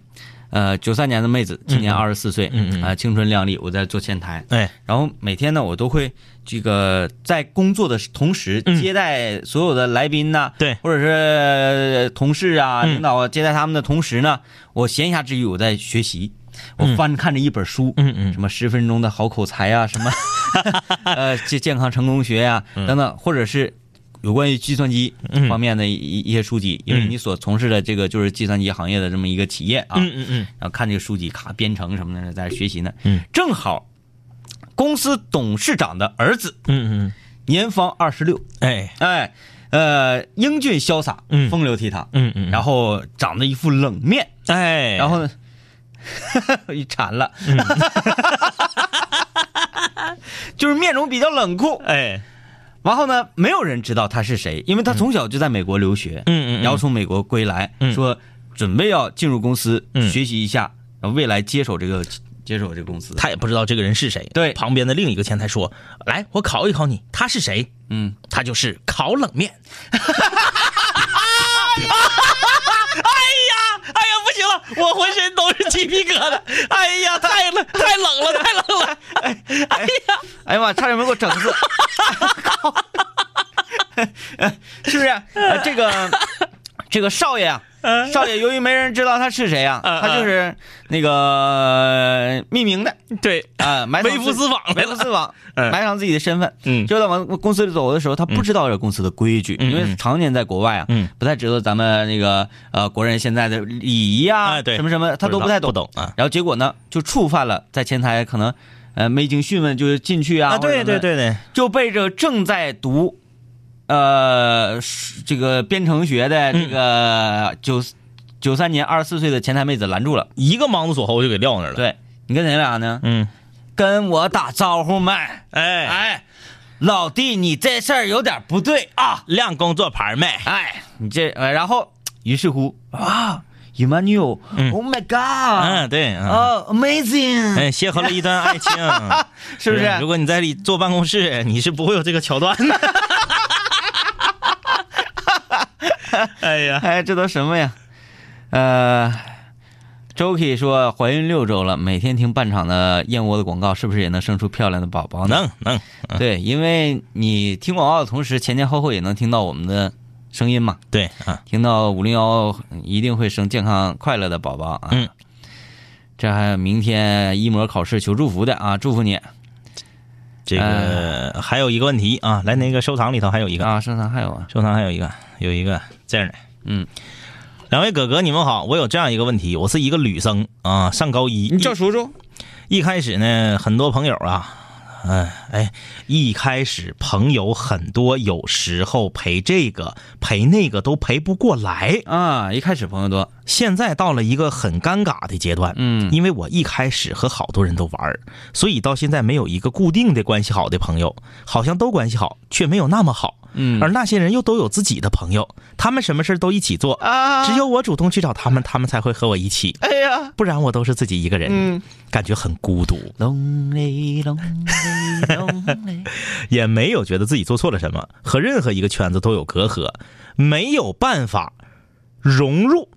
呃，九三年的妹子，今年
嗯嗯
二十四岁，
嗯嗯
啊、青春靓丽，我在做前台，
哎，
然后每天呢，我都会这个在工作的同时
嗯
接待所有的来宾呐、
对
或者是呃同事啊、
嗯
领导啊，接待他们的同时呢，我闲暇之余我在学习，我
嗯
翻看着一本书，
嗯嗯
什么十分钟的好口才啊， 什么呃健健康成功学呀、等等，或者是。有关于计算机
嗯
方面的一一一些书籍，因为
嗯
你所从事的这个就是计算机行业的这么一个企业啊，
嗯嗯嗯，
然后看这个书籍，咔编程什么的，在这学习呢。
嗯，
正好公司董事长的儿子
嗯嗯，
年方二十六，
哎，
哎，呃，英俊潇洒，
嗯
风流倜傥，
嗯嗯，
然后长得一副冷面，
哎，嗯
然后呢， 一馋了， 就是面容比较冷酷。
哎，
然后呢，没有人知道他是谁，因为他从小就在美国留学，
嗯嗯嗯
然后从美国归来，
嗯
说准备要进入公司、
嗯
学习一下，然后未来接手这个接手这个公司。
他也不知道这个人是谁。
对
旁边的另一个前台说：“来，我考一考你，他是谁？
嗯，
他就是烤冷面。”哎呀，哎呀，不行了，我浑身都是鸡皮疙瘩。哎呀，太冷，太冷了，太冷了。哎呀，
哎呀妈，差点没给我整死！ 是不是？呃这个这个少爷啊，少爷由于没人知道他是谁啊，
嗯
他就是那个呃匿名的
对，
啊，埋藏
微服
自己
私访
微
来
服
了
私访，
嗯
埋藏自己的身份。
嗯
就在往公司里走的时候，他不知道这公司的规矩，
嗯
因为常年在国外啊，
嗯
不太知道咱们那个呃国人现在的礼仪啊，
哎对
什么什么，他都不太懂。
不懂啊。
然后结果呢，就触犯了在前台可能呃没经询问就进去啊，
啊，
或者
对
什么
对
的，
对对，
就被这正在读呃这个编程学的这
嗯
个九九三年二十四岁的前台妹子拦住了。
一个莽子锁喉就给撂那儿了。，
对你跟谁俩呢？
嗯，
跟我打招呼没？
哎，
哎，老弟，你这事儿有点不对啊！
亮工作牌没？
哎，你这，呃然后于是乎啊，Emmanuel，Oh、my Oh God，
嗯，对，嗯，
哦、a m a z i n g
哎，邂逅了一段爱情，
是不是？
如果你在里坐办公室，你是不会有这个桥段的。哎呀，
哎，这都什么呀？呃，Joki 说怀孕六周了，每天听半场的燕窝的广告，是不是也能生出漂亮的宝宝呢？
能能，
对，因为你听广告的同时，前前后后也能听到我们的声音嘛。
对啊，
听到五零幺一定会生健康快乐的宝宝啊！
嗯，
这还有明天一模考试求祝福的啊，祝福你
这个还有一个问题啊，来那个收藏里头还有一个，
哎啊！生产还有啊，
收藏还有一个，有一个这样的，
嗯，
两位哥哥你们好，我有这样一个问题，我是一个女生啊，上高一，一
叔叔
一开始呢，很多朋友啊，哎哎，一开始朋友很多，有时候陪这个陪那个都陪不过来。
啊！一开始朋友多，
现在到了一个很尴尬的阶段，
嗯
因为我一开始和好多人都玩儿，所以到现在没有一个固定的关系好的朋友，好像都关系好，却没有那么好。
嗯
而那些人又都有自己的朋友，他们什么事儿都一起做，
啊
只有我主动去找他们，他们才会和我一起，
哎呀
不然我都是自己一个人，
嗯
感觉很孤独。
，lonely lonely lonely，
也没有觉得自己做错了什么，和任何一个圈子都有隔阂，没有办法融入，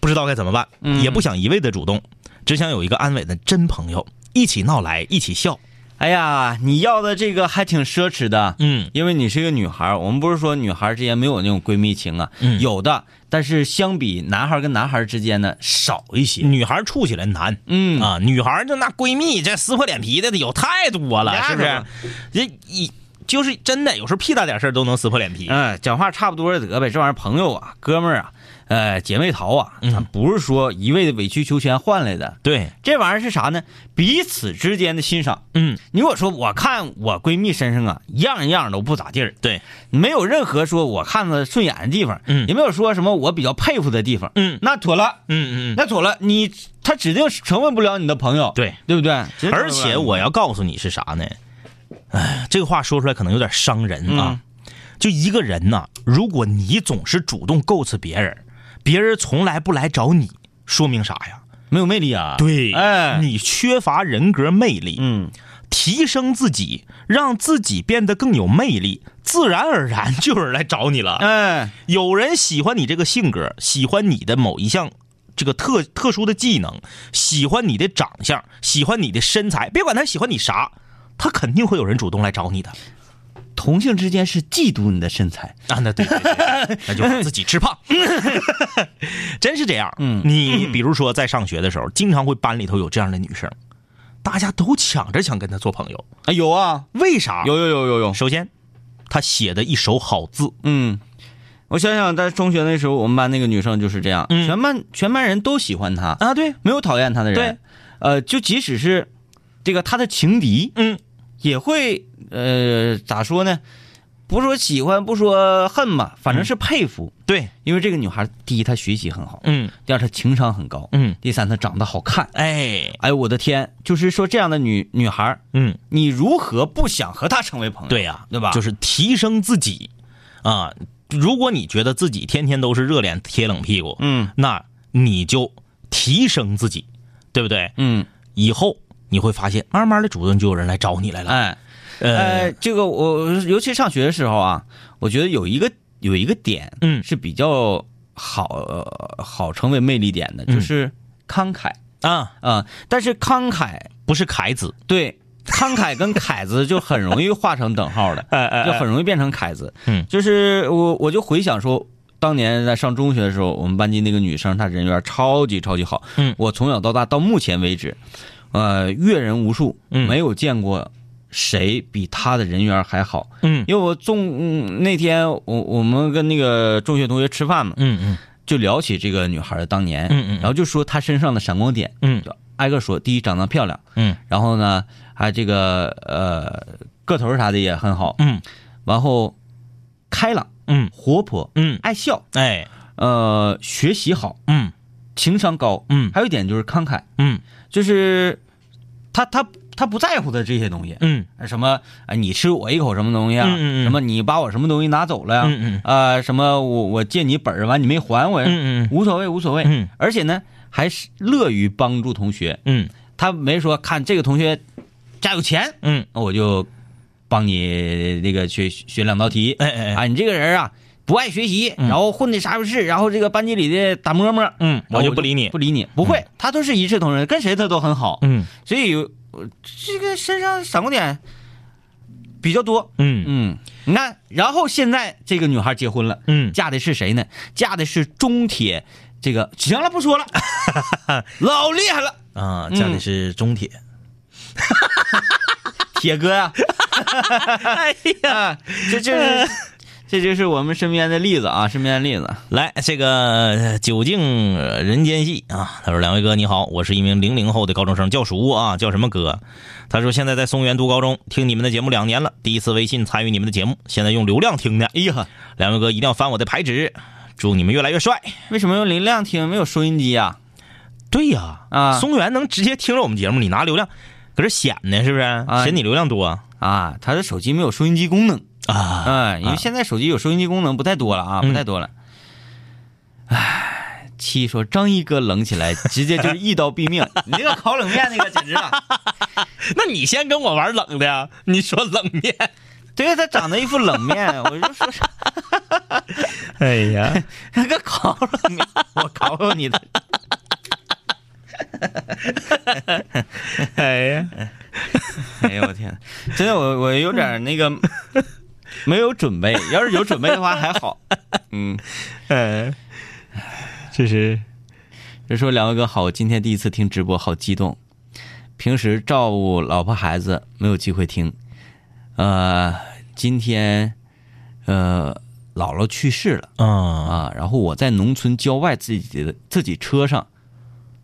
不知道该怎么办，
嗯
也不想一味的主动，只想有一个安稳的真朋友，一起闹来，一起笑。
哎呀，你要的这个还挺奢侈的，
嗯，
因为你是一个女孩儿，我们不是说女孩儿之间没有那种闺蜜情啊，
嗯
有的，但是相比男孩儿跟男孩儿之间呢，少一些，
女孩处起来难。
嗯
啊，女孩就那闺蜜这撕破脸皮的有太多了，
那
是不
可
是？这一就是真的，有时候屁大点事儿都能撕破脸皮。
嗯，讲话差不多就得呗，这玩意儿朋友啊、哥们儿啊、呃姐妹淘啊，
嗯
咱不是说一味的委曲求全换来的。
对，
这玩意儿是啥呢？彼此之间的欣赏。
嗯，
你如果说我看我闺蜜身上啊，样样都不咋地儿，
对，
没有任何说我看着顺眼的地方，
嗯
也没有说什么我比较佩服的地方，
嗯
那妥了，
嗯嗯，
那妥了，你他指定成为不了你的朋友，
对
对不对？
而且我要告诉你是啥呢？哎，这个话说出来可能有点伤人啊。就一个人呐、如果你总是主动够刺别人，别人从来不来找你，说明啥呀？
没有魅力啊，
对，
哎，
你缺乏人格魅力。
嗯，
提升自己，让自己变得更有魅力，自然而然就有人来找你了。
哎，
有人喜欢你这个性格，喜欢你的某一项这个特特殊的技能，喜欢你的长相，喜欢你的身材，别管他喜欢你啥，他肯定会有人主动来找你的。
同性之间是嫉妒你的身材，
啊，那对对对，那就把自己吃胖，真是这样。嗯，你比如说在上学的时候，经常会班里头有这样的女生，大家都抢着想跟她做朋友，
啊有啊，
为啥？
有有有有有，
首先，她写的一手好字，
嗯，我想想，在中学那时候，我们班那个女生就是这样，
嗯
全班全班人都喜欢她
啊对，
没有讨厌她的人。
对，
呃，就即使是这个她的情敌，
嗯，
也会呃咋说呢？不说喜欢，不说恨吧，反
嗯
正是佩服，
对，
因为这个女孩，第一她学习很好，
嗯
第二她情商很高，
嗯，
第三她长得好看。
哎，
哎呦我的天，就是说这样的女女孩，
嗯，
你如何不想和她成为朋友？
对呀、
对吧？
就是提升自己啊。如果你觉得自己天天都是热脸贴冷屁股，
嗯
那你就提升自己，对不对？
嗯，
以后你会发现，慢慢的主动就有人来找你来了。
哎。呃，这个我尤其上学的时候啊，我觉得有一个有一个点，
嗯
是比较好、呃好成为魅力点的，就是慷慨
啊，
啊、但是慷慨
不是凯子，，
对，慷慨跟凯字就很容易画成等号的
哎哎
就很容易变成凯字。
嗯
就是我我就回想说，当年在上中学的时候，我们班级那个女生她人缘超级超级好，
嗯
我从小到大到目前为止，呃，阅人无数，
嗯
没有见过谁比她的人缘还好。
嗯
因为我中、嗯那天我我们跟那个中学同学吃饭嘛，
嗯嗯
就聊起这个女孩的当年，
嗯嗯嗯
然后就说她身上的闪光点，
嗯
就挨个说，第一长得漂亮，
嗯
然后呢，还这个呃个头啥的也很好，
嗯
然后开朗、
嗯
活泼、
嗯，
爱笑，
哎，
呃，学习好，
嗯
情商高，
嗯
还有一点就是慷慨，
嗯
就是他他他不在乎的这些东西，
嗯
什么啊你吃我一口什么东西啊，
嗯嗯嗯
什么你把我什么东西拿走了呀、啊，
嗯嗯
什么我我借你本儿完你没还我呀，
嗯嗯
无所谓无所谓，
嗯
而且呢还是乐于帮助同学，
嗯
他没说看这个同学家有钱，
嗯，
那我就帮你那个学学两道题。
哎哎哎，
啊，你这个人啊不爱学习，然后混的啥不是，然后这个班级里的打摸摸，
嗯，
然后
我
我
就不理你
不，理你，不会，他都是一视同仁，跟谁他都很好，
嗯
所以我这个身上闪光点比较多。
嗯
嗯，你看，然后现在这个女孩结婚了，
嗯
嫁的是谁呢？嫁的是中铁这个，行了，不说 了，老厉害了，
啊，嫁的是中铁，
铁哥呀、哎呀，这就是这就是我们身边的例子啊，身边的例子。
来，这个呃酒敬呃人间戏啊，他说：“两位哥你好，我是一名零零后的高中生，叫叔啊，叫什么哥？”他说：“现在在松原读高中，听你们的节目两年了，第一次微信参与你们的节目，现在用流量听的。
哎呀，
两位哥一定要翻我的牌纸，祝你们越来越帅。
为什么用流量听没有收音机啊？”
对呀，
啊
松原能直接听着我们节目，你拿流量搁这显呢，是不是？显你流量多啊？
啊，他的手机没有收音机功能，
啊
啊，因为现在手机有收音机功能不太多了啊，
嗯
不太多了。唉，七说张一哥冷起来，直接就是一刀毙 命。你那个烤冷面那个简直啊了，
那你先跟我玩冷的呀？你说冷面？
对他长得一副冷面，我就说是
哎呀，
那个烤冷面，我烤烤你的。
哎呀，
哎呦我天，真的我我有点那个没有准备，要是有准备的话还好。嗯，
哎，这是。
就说两位哥好，我今天第一次听直播，好激动。平时照顾老婆孩子没有机会听，呃，今天呃姥姥去世了
啊
啊，然后我在农村郊外自己的自己车上，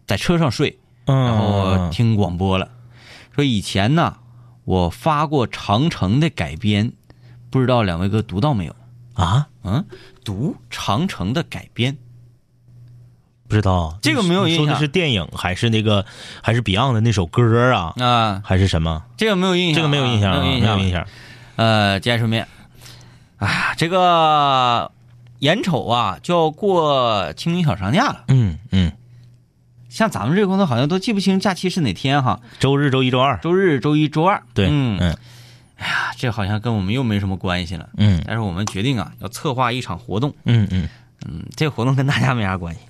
在车上睡，然后
嗯，
听广播了，说以前呢我发过长城的改编，不知道两位哥读到没有？
啊，
嗯，读长城的改编，
不知道
这个没有
你
印
说的
象
是电影还是那个还是 Beyond 的那首歌啊，
啊，
还是什么？
这个没有印象啊，
这个没有印象啊，
没有
没
印象
有，印象。
呃，接着说面，哎呀，这个眼瞅啊就要过清明小长假了，
嗯嗯，
像咱们这个工作好像都记不清假期是哪天哈，
周日、周一、周二，
周日、周一、周二。
对，
嗯，
嗯
啊这好像跟我们又没什么关系了。
嗯
但是我们决定啊，要策划一场活动。
嗯嗯
嗯，这个活动跟大家没啥关系，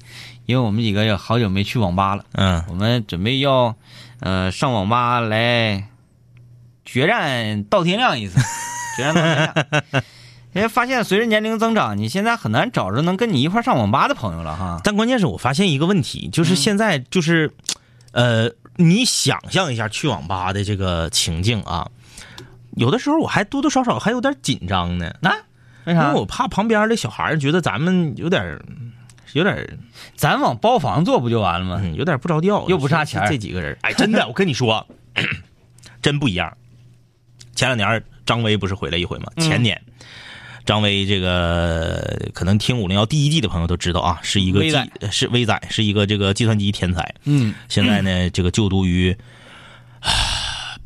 因为我们几个也好久没去网吧了，
嗯
我们准备要呃上网吧来决战到天亮一 次，决战到天亮。因为发现随着年龄增长，你现在很难找着能跟你一块儿上网吧的朋友了哈。
但关键是我发现一个问题，
嗯
就是现在就是，呃，你想象一下去网吧的这个情境啊，有的时候我还多多少少还有点紧张呢，
为
因为
啥？
我怕旁边的小孩儿觉得咱们有点儿有点儿
咱往包房做不就完了吗？
嗯，有点不着调，
又不差钱儿
这几个人，哎，真的，我跟你说，真不一样。前两年张威不是回来一回吗？前年，张威这个可能听五零幺第一季的朋友都知道啊，是一个
威
计
仔
是威仔，是一个这个计算机天才。
嗯，
现在呢，这个就读于唉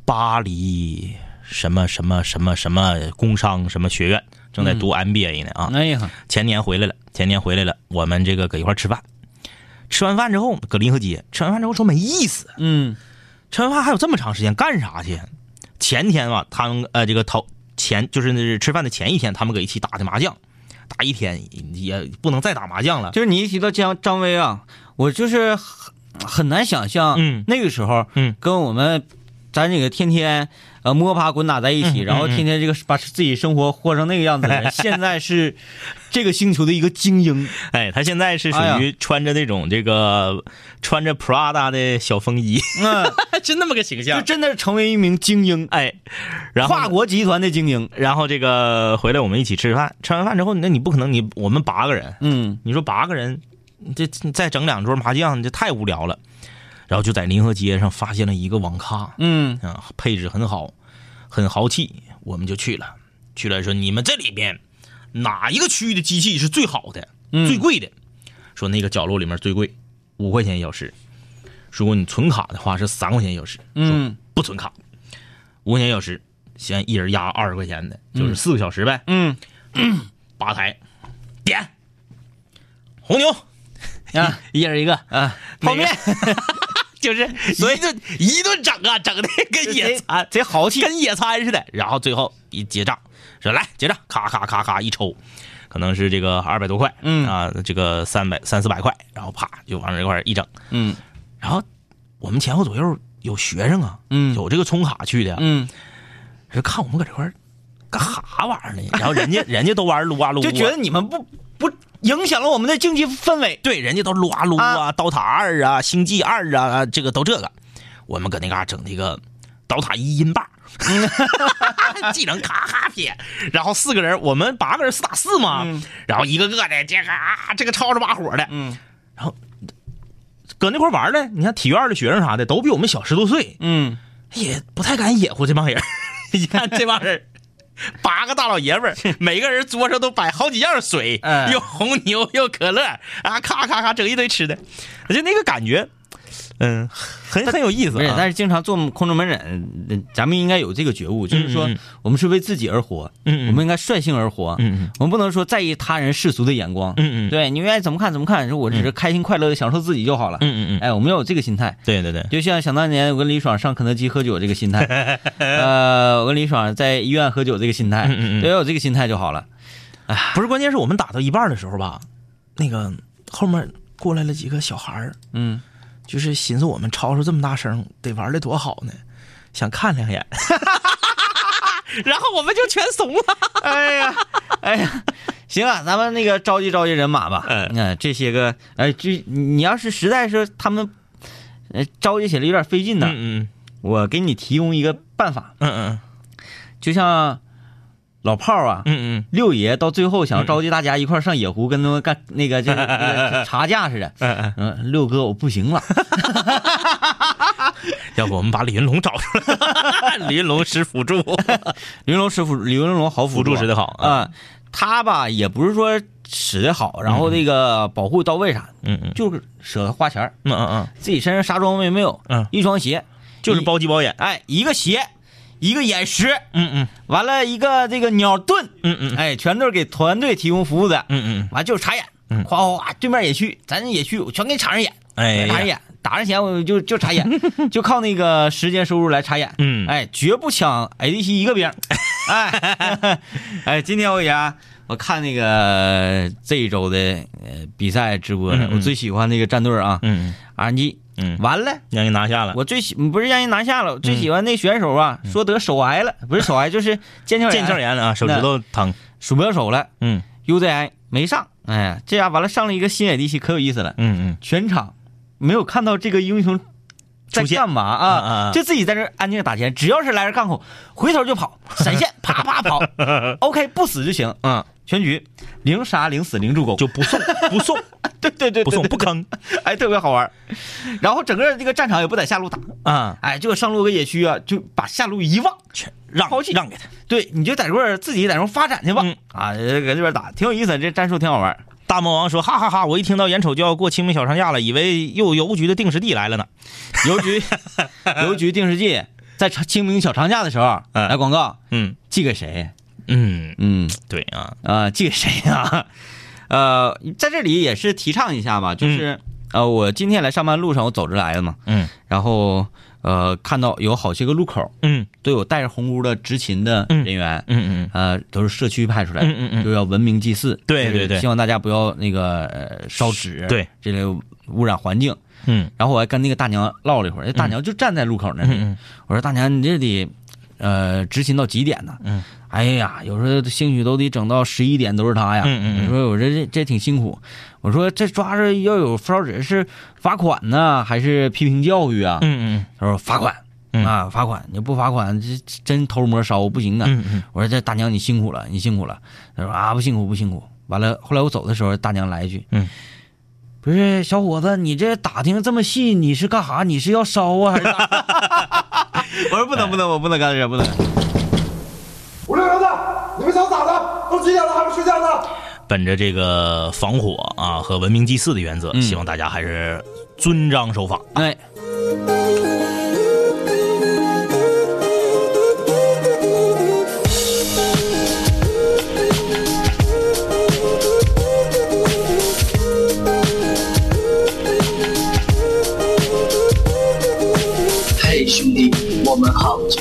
巴黎什么什么什么什么工商什么学院，正在读 MBA 呢啊。
哎呀，
前年回来了，前年回来了，我们这个搁一块儿吃饭，吃完饭之后搁临河街，吃完饭之后说没意思，
嗯
吃完饭还有这么长时间干啥去？前天吧，他们呃这个头前就是那是吃饭的前一天，他们搁一起打的麻将，打一天也不能再打麻将了。
就是你一提到张张威啊，我就是很很难想象，
嗯
那个时候，
嗯
跟我们咱这个天天呃摸爬滚打在一
嗯
起，然后天天这个把自己生活过成那个样子的 人，现在是这个星球的一个精英，
哎，他现在是属
哎
于穿着那种这个穿着 Prada 的小风衣，
嗯，
真那么个形
就
象。
真的成为一名精英，
啊哎，然后
跨国集团的精英，
然后这个回来我们一起吃饭，吃完饭之后，那你不可能你我们八个人，
嗯
你说八个人，这再整两桌麻将，这太无聊了。然后就在临河街上发现了一个网咖，
嗯
啊，配置很好，很豪气，我们就去了。去了说你们这里边哪一个区域的机器是最好的、最贵的？说那个角落里面最贵，五块钱一小时。如果你存卡的话是三块钱一小时，
嗯
不存卡五块钱一小时，先一人压二十块钱的，就是四个小时呗。
嗯
吧台点红牛，
啊
一人一个，
啊，
泡
泡面
面， 就是一顿一顿整啊，整的跟野餐
贼豪气，
跟野餐似的。然后最后一结账，说来结账，咔咔咔咔一抽，可能是这个二百多块，
嗯
啊，这个三百三四百块，然后啪就往这块儿一整，
嗯
然后我们前后左右有学生啊，
嗯
有这个充卡去的，
嗯，
说看我们搁这块儿干啥玩意儿呢？然后人家人家都玩撸啊撸啊，
就觉得你们不不影响了我们的竞技氛围，
对，人家都撸啊撸啊，刀塔二》啊，《星际二》啊，这个都这个。我们搁那嘎整那个刀塔一音霸， 技能咔咔撇，然后四个人，我们八个人四打四嘛，然后一个个的这个啊，这个吵吵把火的，
嗯，
然后搁那块玩呢，你看体院的学生啥的都比我们小十多岁，
嗯。
也不太敢野乎这帮 人。你看这帮人，八个大老爷们 儿，每个人桌上都摆好几样水，
嗯
又红牛又可乐啊，咔咔咔整一堆吃的，我就那个感觉，嗯，很很有意思
不是，但
啊。
是经常做空中门诊，呃咱们应该有这个觉悟，就是说
嗯嗯
我们是为自己而活，
嗯嗯
我们应该率性而活，
嗯嗯
我们不能说在意他人世俗的眼光，
嗯嗯嗯
对你愿意怎么看怎么看，说我只是开心快乐的享受自己就好了，
嗯嗯嗯，
哎，我们要有这个心态。
对对对，
就像想当年我跟李爽上肯德基喝酒这个心 态，呃，我跟李爽在医院喝酒这个心态，
嗯嗯嗯
都要有这个心态就好了。
不是，关键是我们打到一半的时候吧，那个后面过来了几个小孩儿，
嗯，
就是寻思我们吵吵这么大声，得玩的多好呢，想看两眼， 然后我们就全怂了。
哎呀，哎呀，行啊，咱们那个召集召集人马吧。
嗯
嗯，这些个，哎，这你要是实在是他们，呃，召集起来有点费劲呢，
嗯
我给你提供一个办法，
嗯嗯
就像老炮儿啊。
嗯嗯。
六爷到最后想要召集大家一块儿上野狐，跟他们干那个 就是那个查架似的。
嗯嗯
嗯，六哥我不行了，
要不我们把李云龙找出来？李云龙使辅助，
李云龙师傅，李云龙好辅
辅助
啊
使得好啊
啊。他吧也不是说使得好，然后那个保护到位啥，
嗯嗯
就是舍得花钱儿。
嗯嗯
自己身上啥装备没有，
嗯
一双鞋，
嗯，就是
一，
包机包眼。
哎，一个鞋，一个眼石，
嗯嗯
完了一个这个鸟盾，
嗯嗯
哎，全都是给团队提供服务的，
嗯嗯，
完就是查眼
嗯，
哗哗哗，对面野区，咱野区我全给你插上眼，
哎
插上
呀，
眼，打上钱我就就插 眼，就靠那个时间收入来插眼，
嗯
哎，绝不抢 ADC 一个 兵，哎， 哎，今天我给大家。我看那个这一周的呃比赛直播了
嗯，嗯
我最喜欢那个战队啊
嗯
，RNG，
嗯，
完了，
让人拿下了。
我最喜不是让人拿下
嗯
了，我最喜欢那选手啊，说得手癌 了，不是手癌就是腱鞘炎，
腱鞘炎啊，手指头疼。
数不了手了
嗯
，UZI 没上，哎呀，这家完了上了一个新野地区，可有意思了，
嗯
全场没有看到这个英雄在
出现
干嘛
啊啊
啊
啊，
就自己在这儿安静打钱，只要是来这干活，回头就 跑，闪现啪啪跑，OK 不死就行，
嗯嗯，
全局零杀零死零助攻，
就不送不送
对对对，
不送
对
不，坑
对哎，特别好玩儿，然后整个这个战场也不在下路打，
啊，
哎，就上路和野区啊，就把下路一忘。
全让
抛弃
让给他。
对，你就在这块儿自己在这块儿发展去吧。
嗯
啊，呃搁这边打挺有意思，这战术挺好玩儿。
大魔王说：“哈哈哈我一听到眼瞅就要过清明小长假了，以为又邮局的定时地来了呢。
邮 局邮局定时器在长清明小长假的时候、
嗯
来广告，
嗯
寄给谁？”
嗯，
嗯
对啊，
啊、寄给谁啊？呃，在这里也是提倡一下吧，就是、呃，我今天来上班路上我走着来的嘛，
嗯
然后呃看到有好些个路口
嗯
都有带着红箍的执勤的人员。
嗯嗯
呃，都是社区派出来的，
嗯嗯嗯
就要文明祭祀。
对
就是
对对
希望大家不要那个呃烧纸，
对
这类污染环境。
嗯
然后我还跟那个大娘唠了一会儿，哎那大娘就站在路口那里，
嗯
我说大娘，你这得呃执勤到几点呢？
嗯，
哎呀，有时候兴许都得整到十一点都是他呀。
嗯嗯嗯
我说我这这这挺辛苦，我说这抓着要有烧纸是罚款呢，还是批评教育啊？
嗯
他说罚款。
嗯
啊，罚款！你不罚款，这这真偷摸烧不行啊！
嗯嗯
我说这大娘你辛苦了，你辛苦了。他说啊，不辛苦不辛苦。完了，后来我走的时候，大娘来一句，
嗯，
不是小伙子，你这打听这么细，你是干啥？你是要烧啊还是咋？ 我说不能不能，我不能干这事，不能。
五六零的，你们想咋的？都几点了还不睡觉呢？
本着这个防火啊和文明祭祀的原则，希望大家还是遵章守法。
哎，
嘿，兄弟，我们好久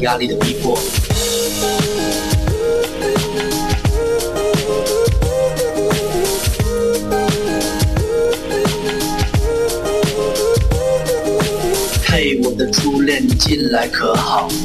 压力的逼迫。嘿，我的初恋，你近来可好？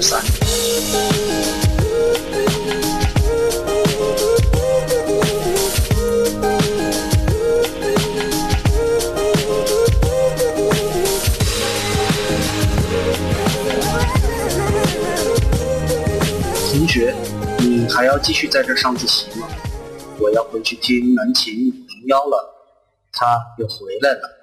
三。同学，你还要继续在这儿上自习吗？我要回去听南琴五零幺了，他又回来了。